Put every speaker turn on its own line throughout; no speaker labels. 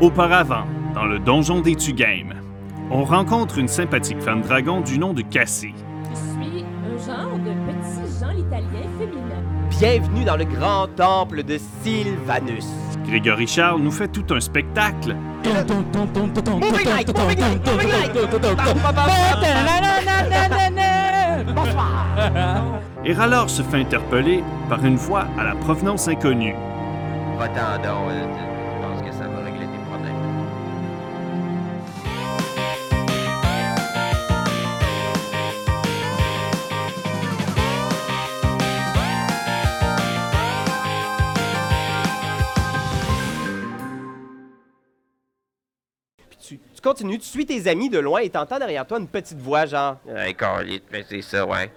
Auparavant, dans le donjon des Tugames, on rencontre une sympathique femme dragon du nom de Cassie.
Je suis un genre de petit Jean l'Italien féminin.
Bienvenue dans le grand temple de Sylvanus.
Grégory Charles nous fait tout un spectacle
Moving light, moving light, moving light. Bonsoir.
et Rallor se fait interpeller par une voix à la provenance inconnue.
Va-t'en donc, euh, je pense que ça va régler tes problèmes. Puis Tu, tu continues, tu suis tes amis de loin et t'entends derrière toi une petite voix genre euh, Hey, Carly, mais c'est ça, ouais.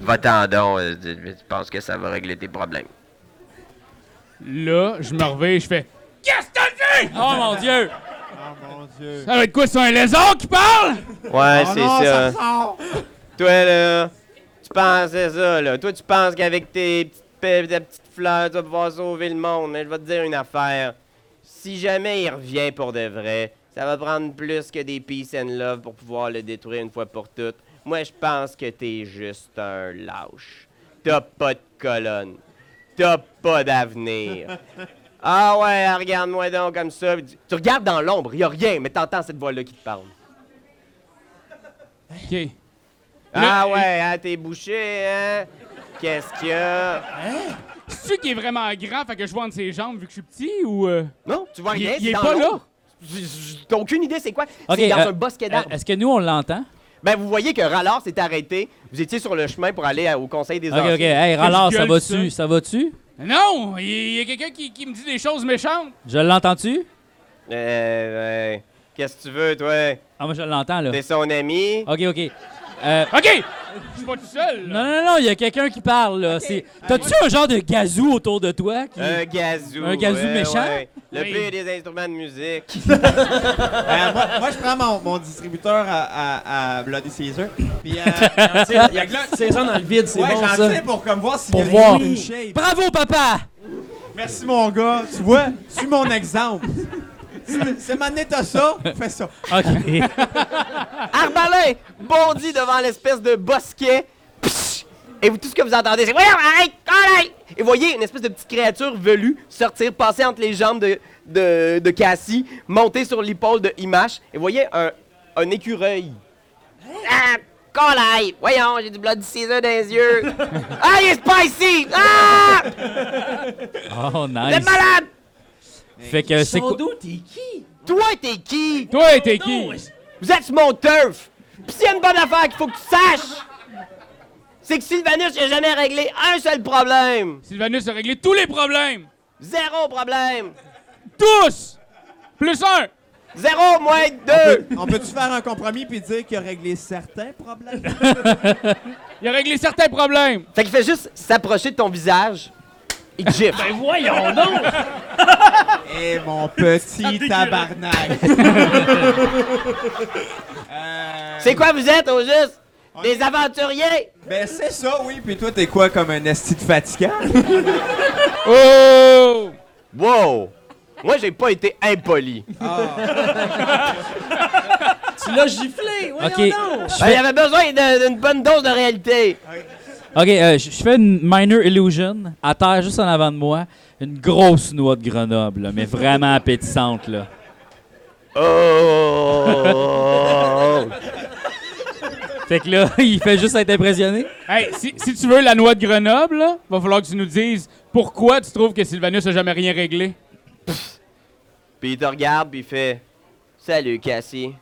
Va-t'en donc, euh, je je pense que ça va régler tes problèmes.
Là, je me reviens et je fais
Oh mon Dieu!
Ah, Ça va être quoi, c'est un lézard qui parle
Ouais, c'est ça. Toi, là, tu pensais ça, là. Toi, tu penses qu'avec tes petites pépes, tes petites fleurs, tu vas pouvoir sauver le monde. Mais je vais te dire une affaire. Si jamais il revient pour de vrai, ça va prendre plus que des peace and love pour pouvoir le détruire une fois pour toutes. Moi, je pense que t'es juste un lâche. T'as pas de colonne. T'as pas d'avenir. Ah ouais, regarde-moi donc comme ça. Puis Tu tu regardes dans l'ombre, y a rien, mais t'entends cette voix-là qui te parle.
Ok.
Ah
Le-
ouais, hein, t'es bouché, hein? Qu'est-ce qu'il y a?
C'est-tu qui est vraiment grand, fait que je vois entre ses jambes vu que je suis petit ou. euh,
Non, tu vois
il,
rien,
il
c'est
est
dans
pas là
l'eau. J- j- T'as aucune idée c'est quoi?
Ok,
c'est dans
euh,
un bosquet
Euh,
d'arbres.
Est-ce que nous, on l'entend?
Ben, vous voyez que Rallard s'est arrêté. Vous étiez sur le chemin pour aller à- au Conseil des
Ok, ok.
Anciens.
Hey, Rallard, ça
gueule,
va-tu? Ça va-tu?
Non Il il y a quelqu'un qui, qui me dit des choses méchantes
Je l'entends-tu?
Euh, euh, qu'est-ce que tu veux, toi?
Ah, moi, je l'entends, là.
T'es son ami?
Ok, ok. Euh,
Ok Je suis pas tout seul
non,
là.
non, non, il y a quelqu'un qui parle, là. C'est- T'as-tu un genre de gazou autour de toi? qui-
Un gazou.
Un gazou
ouais,
méchant?
ouais. Le
Oui.
pire des instruments de musique.
Euh, moi, moi, je prends mon, mon distributeur à, à, à Bloody Caesar. Puis, euh, j'en tire-
Il y a Glock Saison dans le vide, c'est
ouais,
bon
j'en
ça.
tire pour comme voir s'il y
Pour
a
voir.
une shape.
Bravo, papa!
Merci, mon gars. Tu vois, suis mon exemple. C'est- C'est ma t'as ça, fais ça.
Ok.
Arbalin bondit devant l'espèce de bosquet. Psh! Et vous, tout ce que vous entendez, c'est Voyons, arrête, arrête! Et voyez une espèce de petite créature velue sortir, passer entre les jambes de, de, de Cassie, monter sur l'épaule de Imash. Et voyez un, un écureuil. Ah! Colaille! Voyons, j'ai du Bloody Caesar dans les yeux! ah, il est spicy! Ah!
Oh,
Vous êtes
nice.
malade!
Fait que c'est quoi?
Sando, t'es qui?
Toi, t'es qui?
Toi, t'es qui
Non, est-ce-
Vous êtes sur mon turf! Pis s'il y a une bonne affaire qu'il faut que tu saches, c'est que Sylvanus n'a jamais réglé un seul problème!
Sylvanus a réglé tous les problèmes
Zéro problème!
Tous Plus un
Zéro moins deux!
On peut-tu faire un compromis puis dire qu'il a réglé certains problèmes?
Il a réglé certains problèmes
Fait qu'il fait juste s'approcher de ton visage et te gifle.
Ben voyons donc!
Eh, mon petit
dégueule.
tabarnak!
C'est quoi vous êtes au juste? Des aventuriers!
Ben, c'est ça, oui. Puis toi, t'es quoi comme un esti de fatigant?
Oh
Wow! Moi, j'ai pas été impoli.
Tu l'as giflé! Voyons
Ok.
donc!
Je
Ben, il
fais-
avait besoin de- d'une bonne dose de réalité.
Ok, euh, je je fais une minor illusion à terre juste en avant de moi. Une grosse noix de Grenoble, là, mais vraiment appétissante, là.
Oh!
Fait que là, il fait juste être impressionné.
Hey, si, si tu veux la noix de Grenoble, là, va falloir que tu nous dises pourquoi tu trouves que Sylvanus a jamais rien réglé.
Puis il te regarde, puis il fait Salut, Cassie.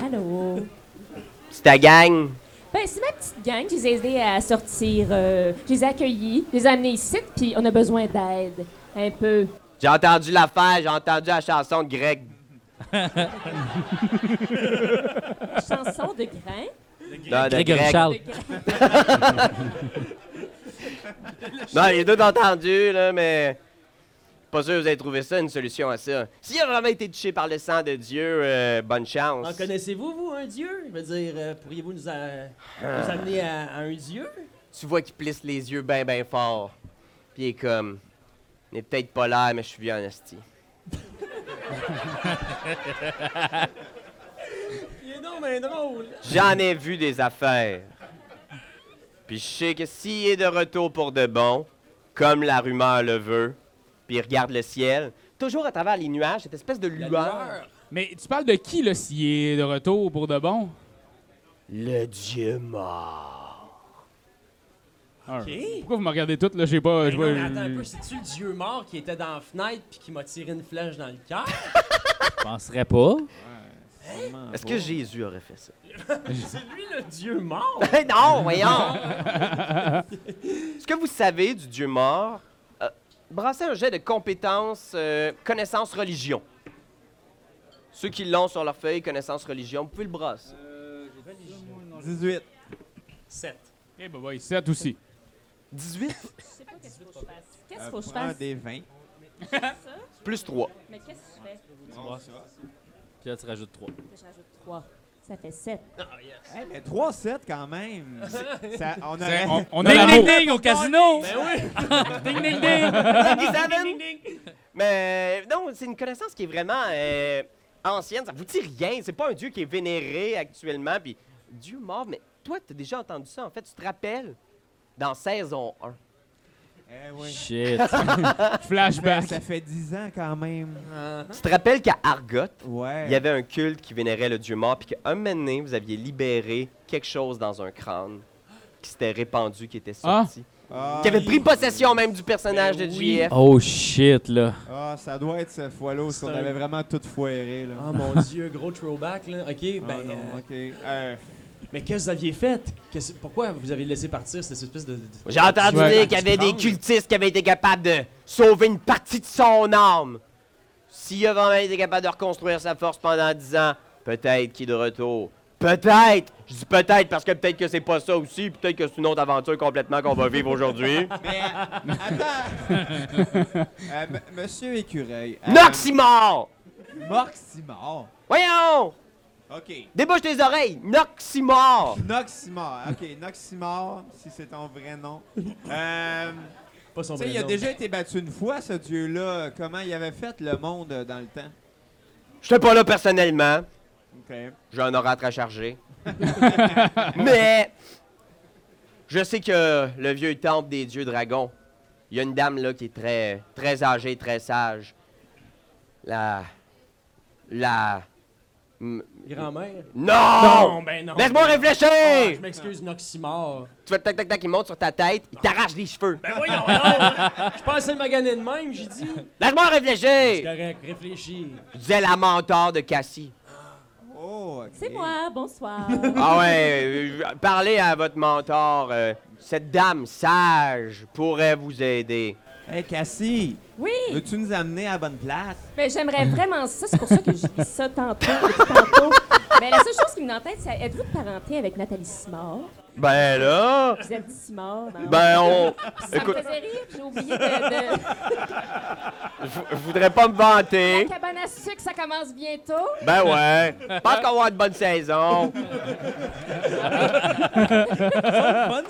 Allô?
C'est ta gang?
Ben, c'est ma petite gang. Je les ai aidés à sortir. euh, je les ai accueillis, je les ai amenés ici, puis on a besoin d'aide. Un peu.
J'ai entendu l'affaire, j'ai entendu la chanson de Greg.
Chanson de grain.
De, de
Grégory
Greg.
Charles.
Non, les deux entendu, là, mais. Pas sûr que vous avez trouvé ça une solution à ça. S'il a vraiment été touché par le sang de Dieu, euh, bonne chance.
En connaissez-vous, vous, un dieu? Je veux dire, euh, pourriez-vous nous, a- nous amener à, à un dieu?
Tu vois qu'il plisse les yeux bien, bien fort. Puis il est comme. Il est peut-être pas l'air, mais je suis vieux en esti.
Il est donc bien drôle.
J'en ai vu des affaires. Puis je sais que s'il est de retour pour de bon, comme la rumeur le veut, puis il regarde le ciel, toujours à travers les nuages, cette espèce de lueur.
Mais tu parles de qui, là, s'il est de retour pour de bon?
Le dieu mort.
Ok. Pourquoi vous me regardez toutes, là? J'ai pas... je
Mais
vois-
non, mais attends un peu, c'est-tu le dieu mort qui était dans la fenêtre puis qui m'a tiré une flèche dans le cœur?
Je penserais pas.
Est-ce que Jésus aurait fait ça?
c'est lui le dieu mort?
Ben non, voyons! Ce que vous savez du dieu mort, euh, brassez un jet de compétences, euh, connaissances, religion. Ceux qui l'ont sur leur feuille, connaissances, religion, vous pouvez le brasser.
18.
7.
Ok, bah, bah, 7 aussi.
18
Je sais pas qu'est-ce qu'il faut que je fasse. Qu'est-ce qu'il
Euh,
faut que je
prends
fasse?
des 20.
plus 3.
Mais qu'est-ce que je fais?
Puis là, tu rajoutes 3.
Je rajoute 3. Ça fait 7.
Hey, Eh, mais 3-7 quand même. Ça- on aurait...
On, on a
Ding,
l'amour.
ding, ding, au casino!
Ding, ding, ding!
Mais non, c'est une connaissance qui est vraiment euh, ancienne. Ça vous dit rien. C'est pas un dieu qui est vénéré actuellement. Puis Dieu mort, mais toi, t'as déjà entendu ça. En fait, tu te rappelles dans saison 1.
Eh oui.
Shit.
Ah,
Flashback.
Ça fait 10 ans quand même.
Tu te rappelles qu'à Argot,
Ouais.
Ah. il y avait un culte qui vénérait le dieu mort, puis qu'à un moment donné, vous aviez libéré quelque chose dans un crâne qui s'était répandu, qui était
Ah.
sorti,
Ah,
qui avait pris possession même du personnage de
Ben oui.
JF.
Oh shit, là.
Ah, ça doit être cette fois-là où on
un-
avait vraiment tout foiré. Là.
Ah,
Oh mon dieu, gros throwback là. Ok, ben.
Ah non,
euh,
ok. Euh,
mais qu'est-ce que vous aviez fait? Qu'est-ce- pourquoi vous avez laissé partir cette espèce de. de-
J'ai entendu
Ouais.
dire qu'il y avait des cultistes qui avaient été capables de sauver une partie de son âme. S'il a vraiment été capable de reconstruire sa force pendant 10 ans, peut-être qu'il est de retour. Peut-être! Je dis peut-être parce que peut-être que c'est pas ça aussi, peut-être que c'est une autre aventure complètement qu'on va vivre aujourd'hui.
mais euh, attends! Euh, m- Monsieur Écureuil. euh,
Noximor!
Noximor.
Voyons!
Ok.
Débouche les oreilles! Noximor!
Noximor. Ok, Noximor, si c'est ton vrai nom. Euh,
Pas son
tu sais, il a
prénom.
déjà été battu une fois, ce dieu-là. Comment il avait fait le monde euh, dans le temps?
J'étais pas là personnellement.
Ok.
J'ai un orate à charger. Mais je sais que le vieux temple des dieux dragons, il y a une dame là qui est très très âgée, très sage. La la M-
Grand-mère?
non,
ben non.
Laisse-moi réfléchir.
Ah, je m'excuse, Noximor.
Tu vois le tac tac tac il monte sur ta tête, il t'arrache les cheveux.
Ah. Ben voyons, non! Je pensais le maganer de même, j'ai dit.
Laisse-moi réfléchir.
Correct, réfléchis.
Je disais la mentor de Cassie.
Oh, ok.
C'est moi, bonsoir.
Ah ouais, euh, parlez à votre mentor. euh, cette dame sage pourrait vous aider.
Hey, Cassie,
Oui,
veux-tu nous amener à la bonne place?
mais j'aimerais vraiment ça. C'est pour ça que je dis ça tantôt, depuis tantôt. Mais la seule chose qui me vient en tête, c'est êtes-vous de parenté avec Nathalie Simard?
Ben là.
Vous êtes Simard, non?
Ben, on.
ça
Écoute,
me faisait rire, j'ai oublié de... de-
je je voudrais pas me vanter.
Cabane à sucre, ça commence bientôt.
Ben ouais. Je pense qu'on va avoir une bonne saison.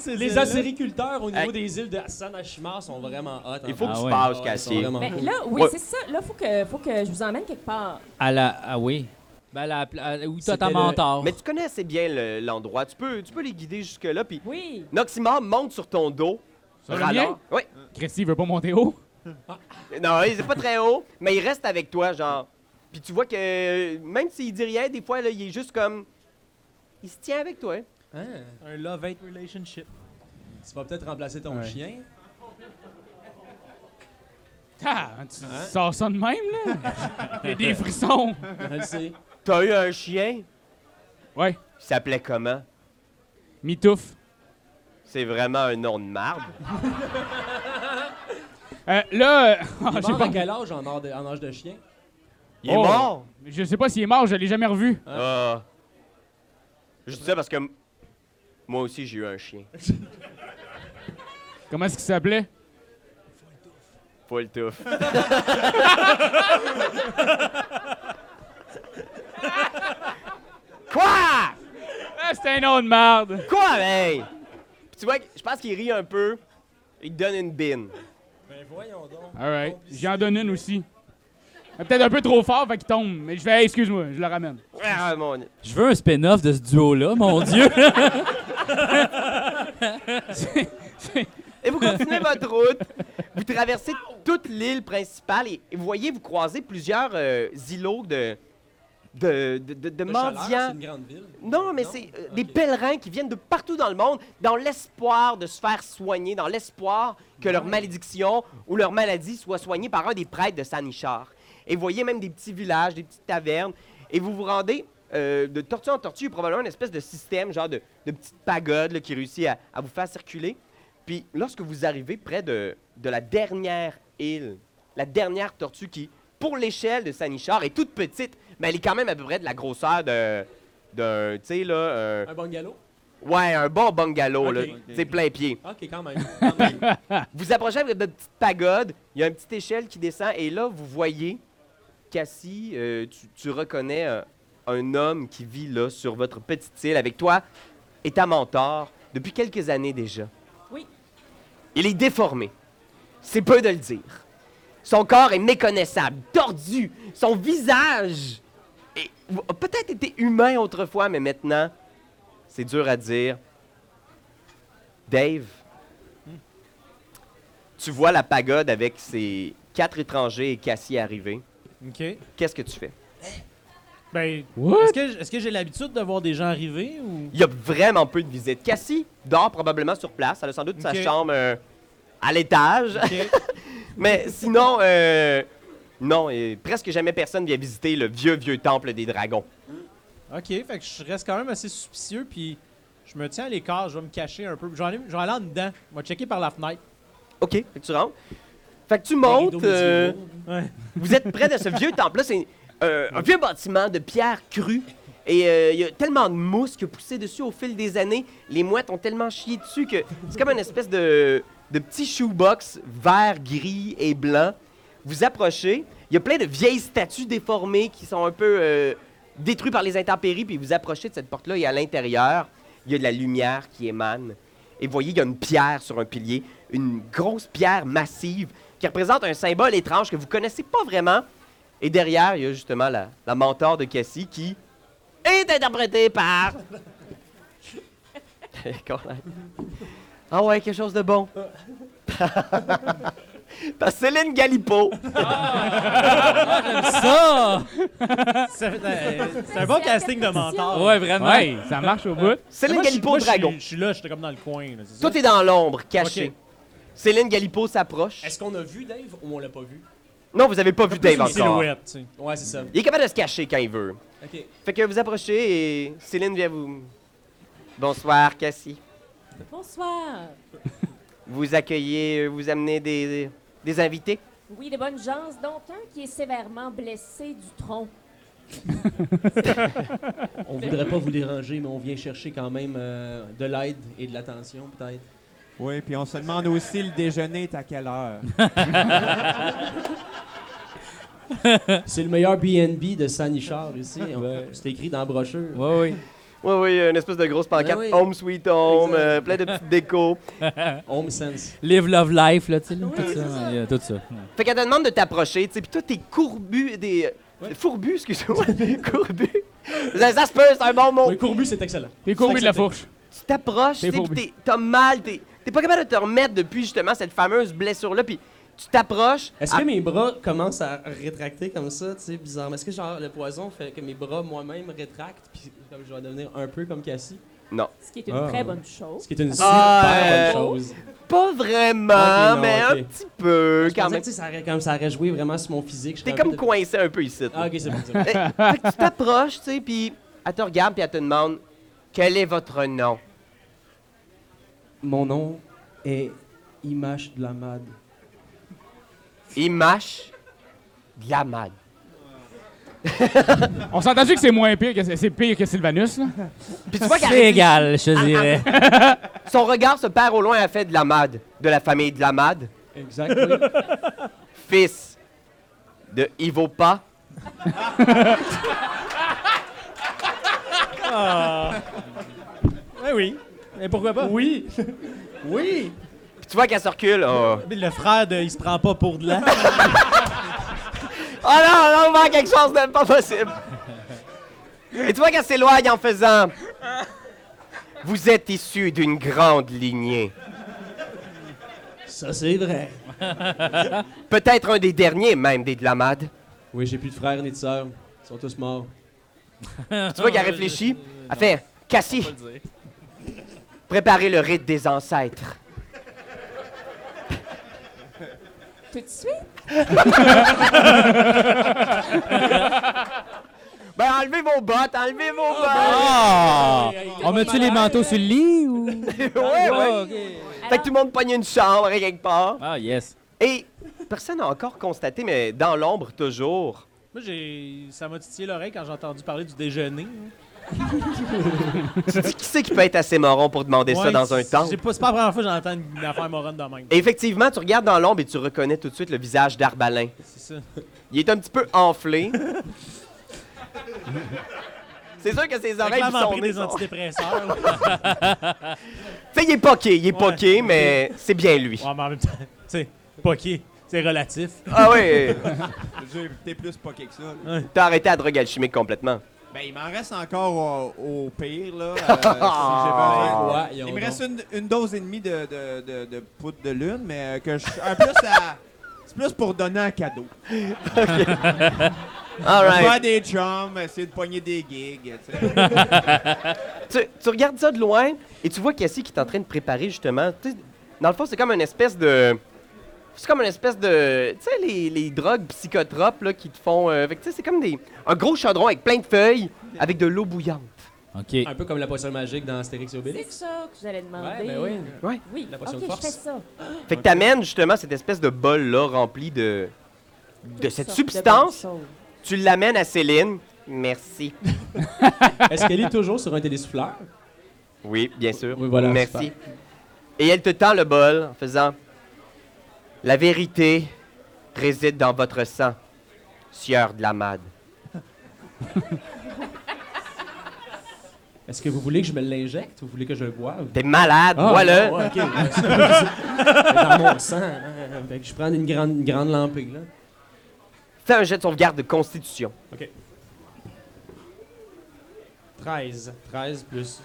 Les acériculteurs au niveau
Hey.
des îles de Sanashima sont vraiment hot. hein.
Il faut
Ah
que tu
ouais.
passes,
casser.
Cassie.
Mais Ben, là, oui,
Ouais.
c'est ça. Là, faut que, faut que je vous emmène quelque part.
À la. Ah oui. Ben, à la. à la- Où t'as ta
C'était le-
mentor?
Mais tu connais assez bien le- l'endroit. tu, peux, tu peux les guider jusque-là. Puis
Oui.
Noximor monte sur ton dos.
Sur le
Râleur.
mien?
Oui.
Christy, il veut pas monter haut?
Non, il est pas très haut, mais il reste avec toi, genre. Puis tu vois que euh, même s'il dit rien, des fois, là, il est juste comme. Il se tient avec toi.
Un love-hate relationship. Hein? Tu vas peut-être remplacer ton chien.
Ah, tu
Hein?
sors ça de même, là? J'ai des frissons.
Je le sais.
T'as eu un chien?
Ouais,
Il s'appelait comment?
mitouf.
C'est vraiment un nom de marbre.
Euh, là, euh, ah,
Il est
j'ai
mort
pas-
à quel âge en âge de, en âge de chien?
Il est
Oh.
mort?
je sais pas s'il est mort, je l'ai jamais revu.
Hein?
Ah. Je dis ça parce que m- moi aussi j'ai eu un chien.
Comment est-ce qu'il s'appelait?
Pas le touffe. Quoi?
Ah, c'était un nom de marde.
Quoi, hey? Puis tu vois, que je pense qu'il rit un peu. Il te donne une bine.
Ben voyons donc.
All right, j'en donne une aussi. est peut-être un peu trop fort, fait qu'il tombe. Mais je fais, Hey, excuse-moi, je le ramène.
Ah, mon Dieu.
Je veux un spin-off de ce duo-là, mon Dieu.
Et vous continuez votre route. Vous traversez toute l'île principale et et vous voyez, vous croisez plusieurs euh, îlots de, de, de, de- de
De chaleur, C'est
mendiants.
une grande ville.
Non, mais
Non?
c'est euh,
Ok.
des pèlerins qui viennent de partout dans le monde dans l'espoir de se faire soigner, dans l'espoir que leur malédiction ou leur maladie soit soignée par un des prêtres de Sanichar. Et vous voyez même des petits villages, des petites tavernes, et vous vous rendez euh, de tortue en tortue, probablement une espèce de système, genre de, de petite pagode là, qui réussit à, à vous faire circuler. Puis lorsque vous arrivez près de, de la dernière île, la dernière tortue qui, pour l'échelle de Sanichar, est toute petite, mais elle est quand même à peu près de la grosseur de d'un, tu sais, là, euh,
Un bungalow?
ouais, un bon bungalow,
Ok.
là, tu sais, plein pied.
Ok, quand même. Quand même.
Vous approchez avec votre petite pagode, il y a une petite échelle qui descend, et là, vous voyez, Cassie, euh, tu, tu reconnais euh, un homme qui vit là, sur votre petite île, avec toi et ta mentor, depuis quelques années déjà.
Oui.
Il est déformé. C'est peu de le dire. Son corps est méconnaissable, tordu. Son visage est- a peut-être été humain autrefois, mais maintenant, c'est dur à dire. Dave, tu vois la pagode avec ses quatre étrangers et Cassie arriver.
OK. Ben,
Qu'est-ce que tu fais?
est-ce que, j- est-ce que j'ai l'habitude de voir des gens arriver ou.
Il y a vraiment peu de visites. Cassie dort probablement sur place. Elle a sans doute sa
Ok.
chambre euh, à l'étage.
OK.
Mais sinon, euh, non, et presque jamais personne vient visiter le vieux, vieux temple des dragons.
OK, fait que je reste quand même assez suspicieux, puis je me tiens à l'écart, je vais me cacher un peu. Je vais aller, je vais aller en dedans. Je vais checker par la fenêtre.
OK, fait que tu rentres. Fait que tu
Des rideaux
montes. euh,
médiévaux.
Ouais.
vous êtes près de ce vieux temple-là. C'est euh, un vieux bâtiment de pierre crue. Et euh, il y a tellement de mousse qui a poussé dessus au fil des années. Les mouettes ont tellement chié dessus que c'est comme une espèce de, de petit shoebox vert, gris et blanc. Vous approchez. Il y a plein de vieilles statues déformées qui sont un peu euh, détruites par les intempéries. Puis vous approchez de cette porte-là et à l'intérieur, il y a de la lumière qui émane. Et vous voyez, il y a une pierre sur un pilier, une grosse pierre massive qui représente un symbole étrange que vous connaissez pas vraiment. Et derrière, il y a justement la, la mentor de Cassie qui est interprétée par. ah ouais, quelque chose de bon. par Céline Galipo.
ça!
Ça fait- euh, c'est un bon casting de mentor.
Ouais, vraiment.
Ouais, ça marche au bout.
Céline
Moi, je suis-
Galipo,
moi, je suis-
dragon.
Je suis là, j'étais comme dans le coin. là, c'est ça?
Tout est dans l'ombre, caché.
Ok.
Céline Galipo s'approche.
Est-ce qu'on a vu Dave ou on l'a pas vu?
Non, vous avez pas
Plus
vu Dave
une
encore.
silhouette, tu sais.
Ouais, c'est ça.
Il est capable de se cacher quand il veut.
Ok.
Fait que vous approchez et Céline vient vous. Bonsoir, Cassie.
Bonsoir.
Vous accueillez, euh, vous amenez des, des- des invités.
Oui, de bonnes gens, dont un qui est sévèrement blessé du tronc.
On voudrait pas vous déranger, mais on vient chercher quand même euh, de l'aide et de l'attention, peut-être.
Oui, puis on se demande aussi le déjeuner est à quelle heure.
C'est le meilleur BNB de Sanichard ici. On- C'est écrit dans la brochure.
Ouais, oui.
Oui, oui, une espèce de grosse pancarte.
Ben oui.
Home sweet home,
Exact.
euh, plein de petites décos.
Home Sense.
Live Love Life, là, tu sais, là, tout ça. Il y a tout ça.
Ben,
Fait qu'elle te demande de t'approcher, tu sais, puis toi, t'es courbu, des. Fourbu, excuse-moi. courbu. Ça, ça se peut, c'est un bon mot.
Oui, Courbu, c'est excellent.
T'es courbé de la fourche.
Tu t'approches, tu
T'es
sais,
fourbu.
puis t'es- t'as mal, t'es t'es pas capable de te remettre depuis justement cette fameuse blessure-là, puis tu t'approches.
Est-ce
Ah,
que mes bras commencent à rétracter comme ça, tu sais, bizarrement? Est-ce que genre le poison fait que mes bras moi-même rétractent, puis comme je vais devenir un peu comme Cassie?
Ce qui est une
Ah.
très bonne chose.
Ce qui est une super
Ah,
bonne
euh,
chose.
Pas vraiment,
Ok, non,
mais
ok.
un petit peu
Je
quand
pensais
même.
que, tu sais, ça aurait, comme ça aurait joué vraiment sur mon physique. je
T'es
serais un
comme
peu de-
coincé un peu ici. là.
Ah, ok, c'est bon. c'est bon.
Fait- fait que tu t'approches, tu sais, puis elle te regarde, puis elle te demande quel est votre nom.
Mon nom est Image de la Mad.
Imash Glamad.
On s'entend-tu que c'est moins pire que c'est pire que Sylvanus, là?
Puis tu vois qu'elle
C'est
réfléchit.
égal, je te dirais.
Son regard se perd au loin, elle fait de Glamad, de la famille de Glamad,
Exactement.
fils de Ivopa.
Ouais, Ah, oui. Mais pourquoi pas? Oui. oui.
Puis tu vois qu'elle circule. Oh.
Mais le frère, de, il se prend pas pour de là.
Oh non, on a ouvert quelque chose de pas possible. Et tu vois qu'elle s'éloigne en faisant. Vous êtes issu d'une grande lignée.
Ça, c'est vrai.
Peut-être un des derniers même des Dlamades.
Oui, j'ai plus de frères ni de sœurs. Ils sont tous morts.
Tu vois qu'elle réfléchit. Elle fait Cassie, préparez le rite des ancêtres.
Tout de suite?
Ben, enlevez vos bottes, enlevez vos bottes.
Ah! On met-tu les manteaux sur le lit ou.
Ouais, ouais. Fait que
Alors,
tout le monde pogne une chambre et quelque part.
Ah, yes.
Et personne n'a encore constaté, mais dans l'ombre toujours.
Moi, j'ai... ça m'a titillé l'oreille quand j'ai entendu parler du déjeuner. hein.
Tu dis qui c'est qui peut être assez moron pour demander ça
Ouais,
dans un
c'est-
temps?
j'ai pas- C'est pas la première fois que j'entends une affaire moronne de même.
Et Effectivement, tu regardes dans l'ombre et tu reconnais tout de suite le visage d'Arbalin.
C'est ça.
Il est un petit peu enflé. C'est sûr que ses
T'as
oreilles puis
clairement
son
pris
nez
des
sont...
antidépresseurs. là.
Tu sais, il est poqué, il est
Ouais.
poqué, mais c'est bien lui.
Ouais, mais en même temps, tu sais, poqué, c'est relatif.
Ah ouais,
J'ai t'es plus poqué que ça. là.
t'as arrêté la drogue alchimique complètement.
Ben, il m'en reste encore au, au pire, là. euh, si j'ai besoin.
Ouais, ils ont
Il me
donc-
reste une, une dose et demie de, de, de, de poudre de lune, mais euh, que je. Un plus à. C'est plus pour donner un cadeau.
All right.
Faire des chums, essayer de pogner des gigs, tu sais.
tu, tu regardes ça de loin et tu vois Cassie qui est en train de préparer justement. tu sais, dans le fond, c'est comme une espèce de. C'est comme une espèce de. Tu sais, les, les drogues psychotropes là, qui te font. euh, fait que tu sais, c'est comme des, un gros chaudron avec plein de feuilles, avec de l'eau bouillante.
OK.
Un peu comme la potion magique dans Astérix et
C'est
Obélix.
ça que j'allais demander.
Ouais, ben oui.
Ouais.
Oui,
La
ok,
potion de
je
force.
fais ça.
Fait que t'amènes justement cette espèce de bol-là rempli de. de
Toutes sortes
cette
de
substance.
bonnes choses.
tu l'amènes à Céline. Merci.
Est-ce qu'elle est toujours sur un télésouffleur?
Oui, bien sûr.
Oui, voilà,
Merci.
super.
Et elle te tend le bol en faisant La vérité réside dans votre sang, sieur de la Made.
Est-ce que vous voulez que je me l'injecte ou vous voulez que je le boive?
T'es malade,
Ah,
voilà.
non, ouais, ok. C'est dans mon sang. hein. Fait que je prends une grande, une grande lampée, là.
Fais un jet de sauvegarde de constitution.
13. 13 plus.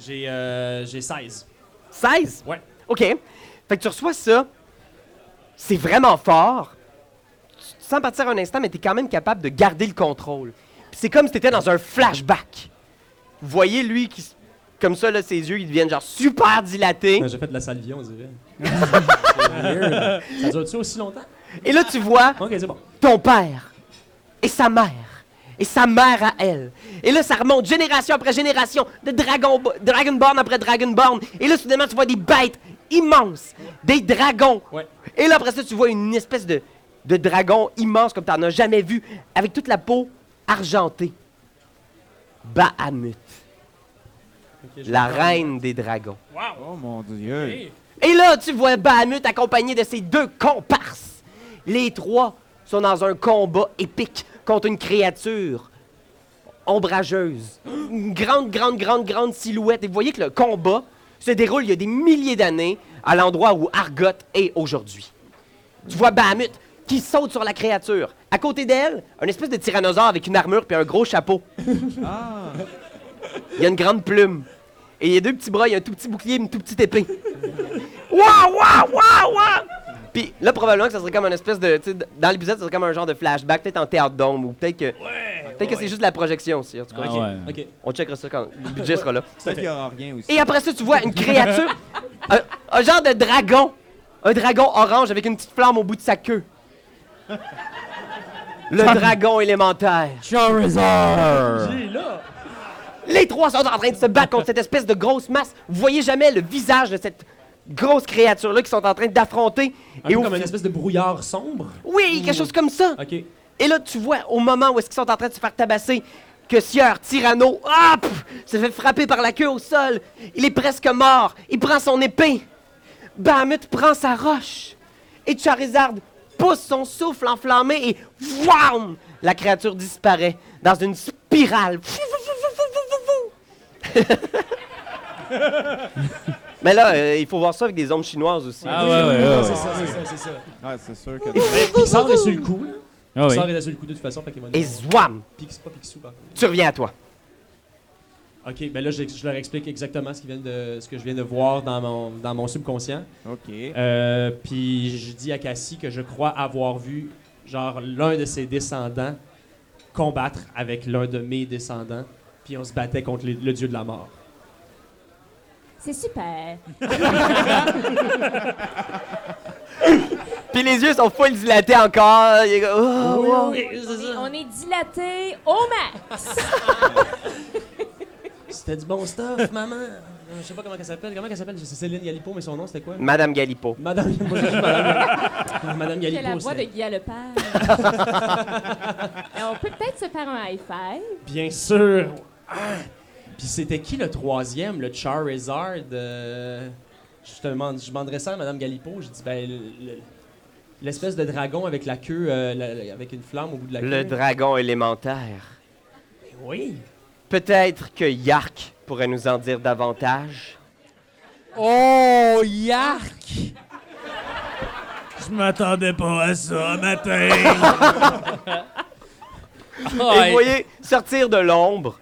J'ai euh, j'ai 16.
16?
Ouais.
OK. Fait que tu reçois ça. C'est vraiment fort. Tu te sens partir un instant, mais t'es quand même capable de garder le contrôle. Puis c'est comme si t'étais dans un flashback. Vous voyez, lui, qui, s- comme ça, là, ses yeux, ils deviennent genre super dilatés.
Non, J'ai fait de la salvie, on dirait. C'est weird. Ça dure-tu aussi longtemps?
Et là, tu vois
Ok, c'est bon.
ton père et sa mère et sa mère à elle. Et là, ça remonte génération après génération, de Dragon Dragonborn après Dragonborn. Et là, soudainement, tu vois des bêtes immenses, des dragons.
Ouais.
Et là, après ça, tu vois une espèce de, de dragon immense comme tu n'en as jamais vu, avec toute la peau argentée. Bahamut,
Ok, je-
la reine des dragons.
Oh mon dieu.
Et là, tu vois Bahamut accompagné de ses deux comparses. Les trois sont dans un combat épique contre une créature ombrageuse. Une grande, grande, grande, grande silhouette. Et vous voyez que le combat se déroule il y a des milliers d'années à l'endroit où Argot est aujourd'hui. Tu vois Bahamut qui saute sur la créature. À côté d'elle, un espèce de tyrannosaure avec une armure puis un gros chapeau. Il y a une grande plume. Et il y a deux petits bras, il y a un tout petit bouclier, une toute petite épée. Waouh, waouh, waouh, waouh! Puis là, probablement que ça serait comme une espèce de. tu sais, Dans l'épisode, ça serait comme un genre de flashback, peut-être en théâtre d'ombre, ou peut-être que. peut-être que c'est juste de la projection aussi. en tout cas.
Ah ouais.
Ok.
On checkera ça quand le budget sera là.
Peut-être qu'il y aura rien aussi.
Et après ça, tu vois une créature, un, un genre de dragon, un dragon orange avec une petite flamme au bout de sa queue. Le dragon élémentaire.
Charizard!
J'ai là!
Les trois sont en train de se battre contre cette espèce de grosse masse. Vous voyez jamais le visage de cette grosse créature-là qui sont en train d'affronter.
Un
Et
peu
au-
comme une espèce de brouillard sombre.
Oui, quelque chose comme ça.
Ok.
Et là, tu vois, au moment où est-ce qu'ils sont en train de se faire tabasser, que Sieur Tyranno, ah, pff, se fait frapper par la queue au sol. Il est presque mort. Il prend son épée. Bahamut prend sa roche. Et Charizard pousse son souffle enflammé et wham! La créature disparaît dans une spirale. Fou, fou, fou, fou, fou, fou, fou, fou. Mais là, euh, il faut voir ça avec des ombres chinoises aussi.
Ah ouais, ouais, ouais.
C'est ça, c'est ça, c'est ça.
Ouais, c'est sûr que.
Il sort sur le cou, là.
Ah oui.
Sors est là sur le coup de toute façon, fait qu'il va nous
Et
voir.
zwam!
Pix, pas Picsou, par contre.
Tu reviens à toi.
Ok, ben là, je, je leur explique exactement ce, qu'ils viennent de, ce que je viens de voir dans mon, dans mon subconscient.
OK.
Euh, puis je dis à Cassie que je crois avoir vu, genre, l'un de ses descendants combattre avec l'un de mes descendants. Puis on se battait contre les- le dieu de la mort.
C'est super.
Ah.
Puis les yeux sont full dilatés encore. Il est comme, Oh, wow.
On est dilaté au max.
C'était du bon stuff, maman. Euh, Je sais pas comment elle s'appelle. Comment elle s'appelle C'est Céline Galipo, mais son nom, c'était quoi
Madame Galipo.
Madame, moi, je dis Madame, Madame
C'est la
Galipo,
voix de
c'était
Guy Lepage. Et on peut peut-être se faire un high five.
bien sûr. Ah! Puis c'était qui le troisième, le Charizard euh, Je te demande, je m'adressais à Madame Galipo, je dis ben le- le- l'espèce de dragon avec la queue, euh, la- la- avec une flamme au bout de la
Le
queue.
dragon élémentaire.
Oui.
Peut-être que Yark pourrait nous en dire davantage.
Oh, yark!
Je m'attendais pas à ça, matin.
Et vous voyez sortir de l'ombre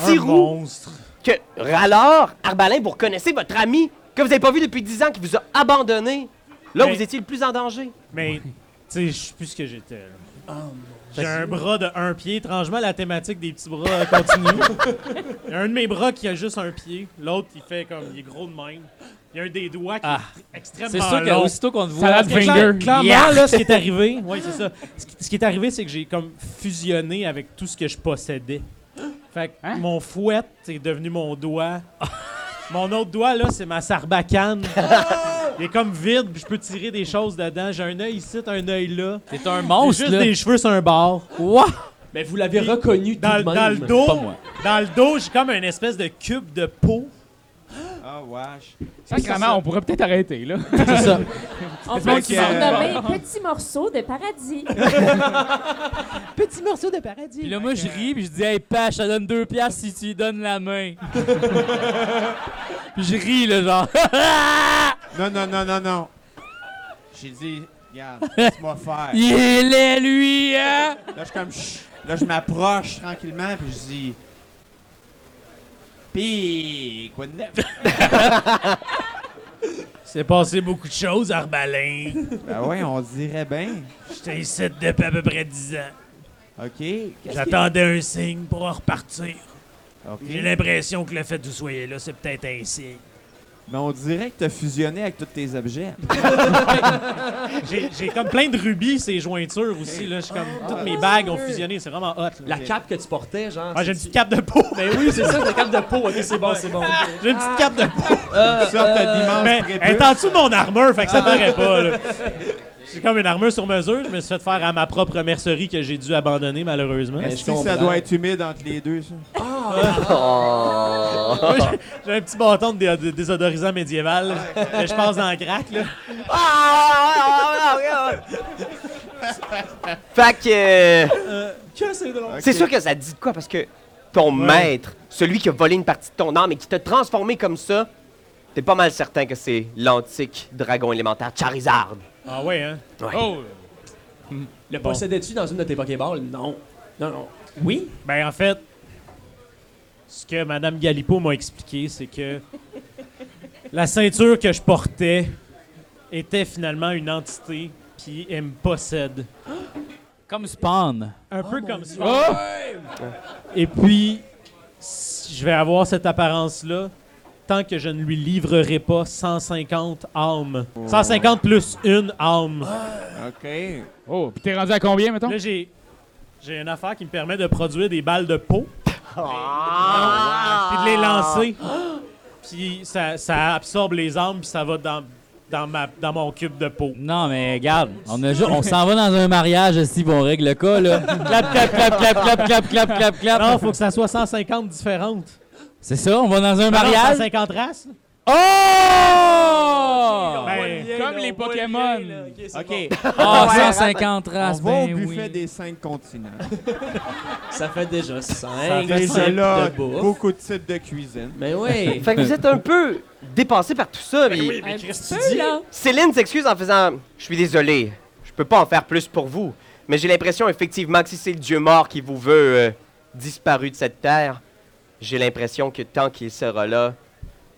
Un
Tirou,
monstre.
que Rallor, Arbalin, vous reconnaissez votre ami que vous n'avez pas vu depuis 10 ans, qui vous a abandonné. Là,
Mais-
vous étiez le plus en danger.
Mais, tu sais, je suis plus ce que j'étais. là. J'ai un bras de un pied. Étrangement, la thématique des petits bras euh, continue. Il y a un de mes bras qui a juste un pied. L'autre, il fait comme. Il est gros de même. Il y a un des doigts qui
Ah.
est extrêmement
C'est sûr
long.
qu'aussitôt qu'on te voit. Salade
Parce que
finger.
clair- clairement,
Yeah!
là, ce qui est arrivé, ouais, c'est ça. Ce qui, ce qui est arrivé, c'est que j'ai comme fusionné avec tout ce que je possédais. Fait que
Hein?
mon fouet est devenu mon doigt. mon autre doigt, là, c'est ma sarbacane. Il est comme vide, puis je peux tirer des choses dedans. J'ai un œil ici, un œil là.
T'es un
J'ai
monstre,
juste
là.
des cheveux sur un bord.
Wow!
Mais vous l'avez
Puis,
reconnu tout
Dans,
de même.
dans le dos,
Pas moi.
dans le dos, j'ai comme une espèce de cube de peau.
Ah, wesh.
Sacrément, on pourrait peut-être arrêter, là.
C'est ça.
On
Fait
peut
que-
surnommer Petit morceau de paradis.
Petit morceau de paradis.
Puis là, moi, je ris, puis je dis, hey, Pache, ça donne deux piastres si tu lui donnes la main. puis je ris, là, genre.
Non, non, non, non, non. J'ai dit, regarde, laisse-moi faire.
Il est laid, lui, hein?
Là, je suis comme, Chut. là, je m'approche tranquillement, puis je dis, pis quoi de neuf?
C'est passé beaucoup de choses, Arbalin.
Ben ouais, on dirait bien.
J'étais ici depuis à peu près 10 ans.
OK. qu'est-ce
J'attendais un signe pour en repartir.
que- OK.
J'ai l'impression que le fait que vous soyez là, c'est peut-être un signe.
Mais Ben, on dirait que t'as fusionné avec tous tes objets.
J'ai j'ai comme plein de rubis ces jointures aussi. Là. Je suis comme, toutes
Ah,
mes bagues ont fusionné. C'est vraiment hot. là.
La cape que tu portais, genre.
Ah, j'ai une
c'est-
petite cape de peau.
Ben oui, c'est ça, la cape de peau. Ok, c'est bon, c'est bon.
J'ai une petite cape de peau.
Sorte d'immense
Mais elle est
prépuce.
en dessous de mon armure, fait que ça paraît pas. là. J'ai comme une armure sur mesure. Je me suis fait faire à ma propre mercerie que j'ai dû abandonner, malheureusement.
Mais
Est-ce
je
que ça
comprends.
doit être humide entre les deux, ça?
Moi, j'ai- J'ai un petit bâton de dé- de désodorisant médiéval. là, que Je passe dans le crack, là.
Ah, ah, ah, ah, ah. fait que. euh,
Que c'est drôle.
C'est sûr que ça te dit de quoi parce que ton maître, celui qui a volé une partie de ton âme et qui t'a transformé comme ça, t'es pas mal certain que c'est l'antique dragon élémentaire Charizard.
Ah ouais, hein?
Ouais.
Oh!
Le
Bon.
possédais-tu dans une de tes Pokéballs? Non. Non, non. Oui?
Ben, en fait, ce que Mme Galipo m'a expliqué, c'est que la ceinture que je portais était finalement une entité qui elle me possède.
Comme Spawn.
Un peu comme ça. Et puis, si je vais avoir cette apparence-là tant que je ne lui livrerai pas 150 âmes. 150 plus une âme.
OK.
Oh, puis t'es rendu à combien, mettons?
Là, j'ai, j'ai une affaire qui me permet de produire des balles de peau. Puis de les lancer. Puis ça, ça absorbe les armes, puis ça va dans, dans, ma, dans mon cube de peau.
Non, mais regarde, on, a ju- on s'en va dans un mariage si on règle le cas, là. clap, clap, clap, clap, clap, clap, clap, clap, clap.
Non, Ah, faut que ça soit 150 différentes.
C'est ça, on va dans un
Ah non,
mariage.
150 races? là.
Oh!
Ben,
Comme les Pokémon.
OK.
Ah, 150
Ah,
races,
On va au
ben
buffet
oui.
des cinq continents.
Ça fait déjà 5
Déjà là,
de bouffe.
beaucoup de types de cuisine.
Mais oui.
Fait que vous êtes un peu dépassé par tout ça. mais-
Un petit peu, là.
Céline s'excuse en faisant Je suis désolé, je peux pas en faire plus pour vous. Mais j'ai l'impression, effectivement, que si c'est le dieu mort qui vous veut euh, disparu de cette terre, j'ai l'impression que tant qu'il sera là,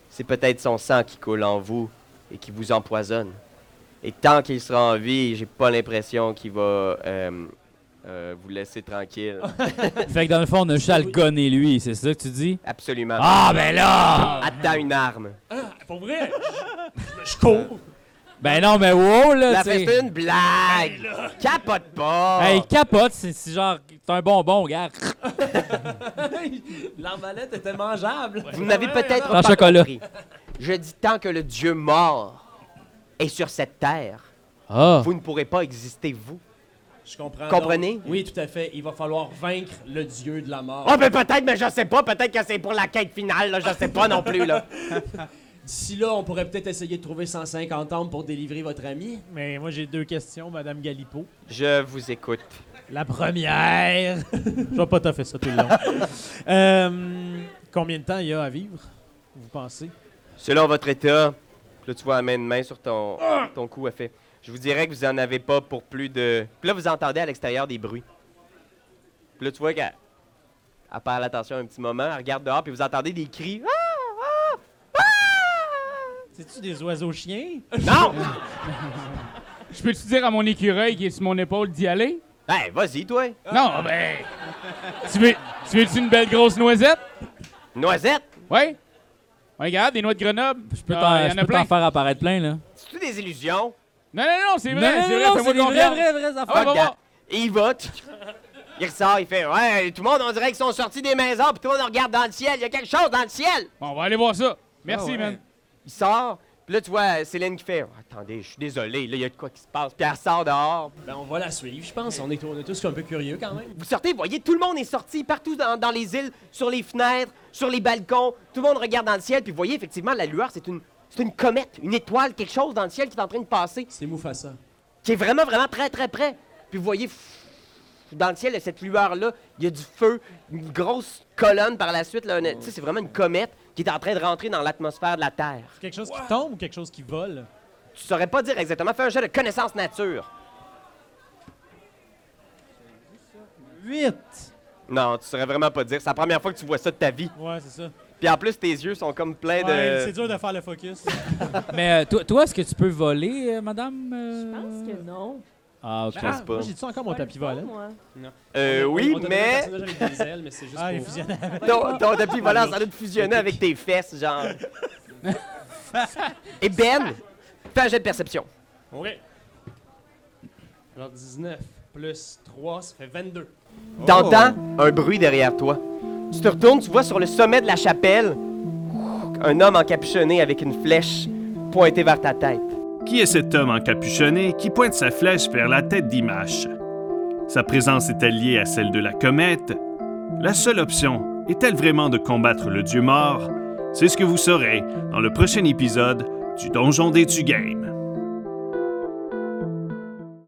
c'est peut-être son sang qui coule en vous et qui vous empoisonne. Et tant qu'il sera en vie, j'ai pas l'impression qu'il va euh, euh, vous laisser tranquille.
Fait que dans le fond, on a juste à le gonner, lui, c'est ça que tu dis?
Absolument.
Ah, ben là!
Attends une arme.
Pour vrai, je cours.
Ben non, mais wow, là,
La
tu sais.
fait une blague! Capote pas!
Hey, capote, c'est c'est genre, t'es un bonbon, gars.
L'arbalète était mangeable.
Vous n'avez peut-être
Dans
pas
le chocolat.
compris. Je dis tant que le dieu mort est sur cette terre,
Ah,
vous ne pourrez pas exister, vous.
Je comprends.
Comprenez?
donc. Oui, tout à fait. Il va falloir vaincre le dieu de la mort.
Ah, ben peut-être, mais je sais pas. Peut-être que c'est pour la quête finale, là. Je sais pas non plus, là.
D'ici là, on pourrait peut-être essayer de trouver 150 armes pour délivrer votre ami.
Mais moi, j'ai deux questions, Madame Galipo.
Je vous écoute.
La première. je vais pas fait ça tout le long. Euh, combien de temps il y a à vivre, vous pensez?
Selon votre état, là, tu vois la main de main sur ton, ton cou, elle fait. Je vous dirais que vous en avez pas pour plus de. Puis là, vous entendez à l'extérieur des bruits. Puis là, tu vois qu'elle elle perd l'attention un petit moment, elle regarde dehors, puis vous entendez des cris. Ah!
C'est-tu des oiseaux chiens?
ah! Non!
Je peux-tu dire à mon écureuil qui est sur mon épaule d'y aller?
hey, Ben, vas-y, toi!
Ah.
Non, ben. Tu veux- tu veux-tu une belle grosse noisette?
Noisette!
Ouais? Ouais, Regarde, des noix de Grenoble.
je peux
Ah,
t'en
il y en
je
a
peux t'en
plein.
faire apparaître plein, là.
C'est-tu des illusions?
Non, non, non, c'est
Non,
vrai,
non,
c'est
non,
vrai, fais-moi
des
confiance.
vraies, vraies affaires.
Ah ouais, on va
Regarde.
voir.
Et il va. tch, tch. Il ressort, il fait Ouais, tout le monde, on dirait qu'ils sont sortis des maisons, puis tout le monde regarde dans le ciel. Il y a quelque chose dans le ciel.
Bon, on va aller voir ça. Merci,
ouais.
man.
Il sort, puis là, tu vois euh, Céline qui fait Ah, Attendez, je suis désolé, là, il y a de quoi qui se passe. Puis elle sort dehors.
Ben, on va la suivre, je pense. On est, on est tous un peu curieux quand même.
Vous sortez, vous voyez, tout le monde est sorti partout dans, dans les îles, sur les fenêtres, sur les balcons. Tout le monde regarde dans le ciel, puis vous voyez, effectivement, la lueur, c'est une. C'est une comète, une étoile, quelque chose dans le ciel qui est en train de passer,
C'est Mufasa.
qui est vraiment, vraiment très, très près. Puis vous voyez, pff, dans le ciel, cette lueur-là, il y a du feu, une grosse colonne par la suite. là, une- Tu sais, c'est vraiment une comète qui est en train de rentrer dans l'atmosphère de la Terre.
Quelque chose qui tombe ou quelque chose qui vole?
Tu saurais pas dire exactement. Fais un jeu de connaissance nature.
8!
Non, tu saurais vraiment pas dire. C'est la première fois que tu vois ça de ta vie.
Ouais, c'est ça.
Puis en plus, tes yeux sont comme pleins
Ouais, C'est
de.
dur de faire le focus.
Mais euh, toi, toi, est-ce que tu peux voler, euh, madame? euh?
Je pense que non.
Ah, ok.
pense pas.
Moi, j'ai-tu encore mon tapis volant?
Moi.
Euh, oui, mais
On a donné un personnage avec des ailes, mais c'est juste
Ah, les
pour-
fusionnages.
ton, ton tapis volant, ça doit te fusionner avec tes fesses, genre. Et Ben, fais un jet de perception.
Oh.
OK. Alors 19 plus 3, ça fait 22.
T'entends un bruit derrière toi. Tu te retournes, tu vois sur le sommet de la chapelle un homme encapuchonné avec une flèche pointée vers ta tête.
Qui est cet homme encapuchonné qui pointe sa flèche vers la tête d'Imache? Sa présence est-elle liée à celle de la comète? La seule option est-elle vraiment de combattre le dieu mort? C'est ce que vous saurez dans le prochain épisode du Donjon des Tugames.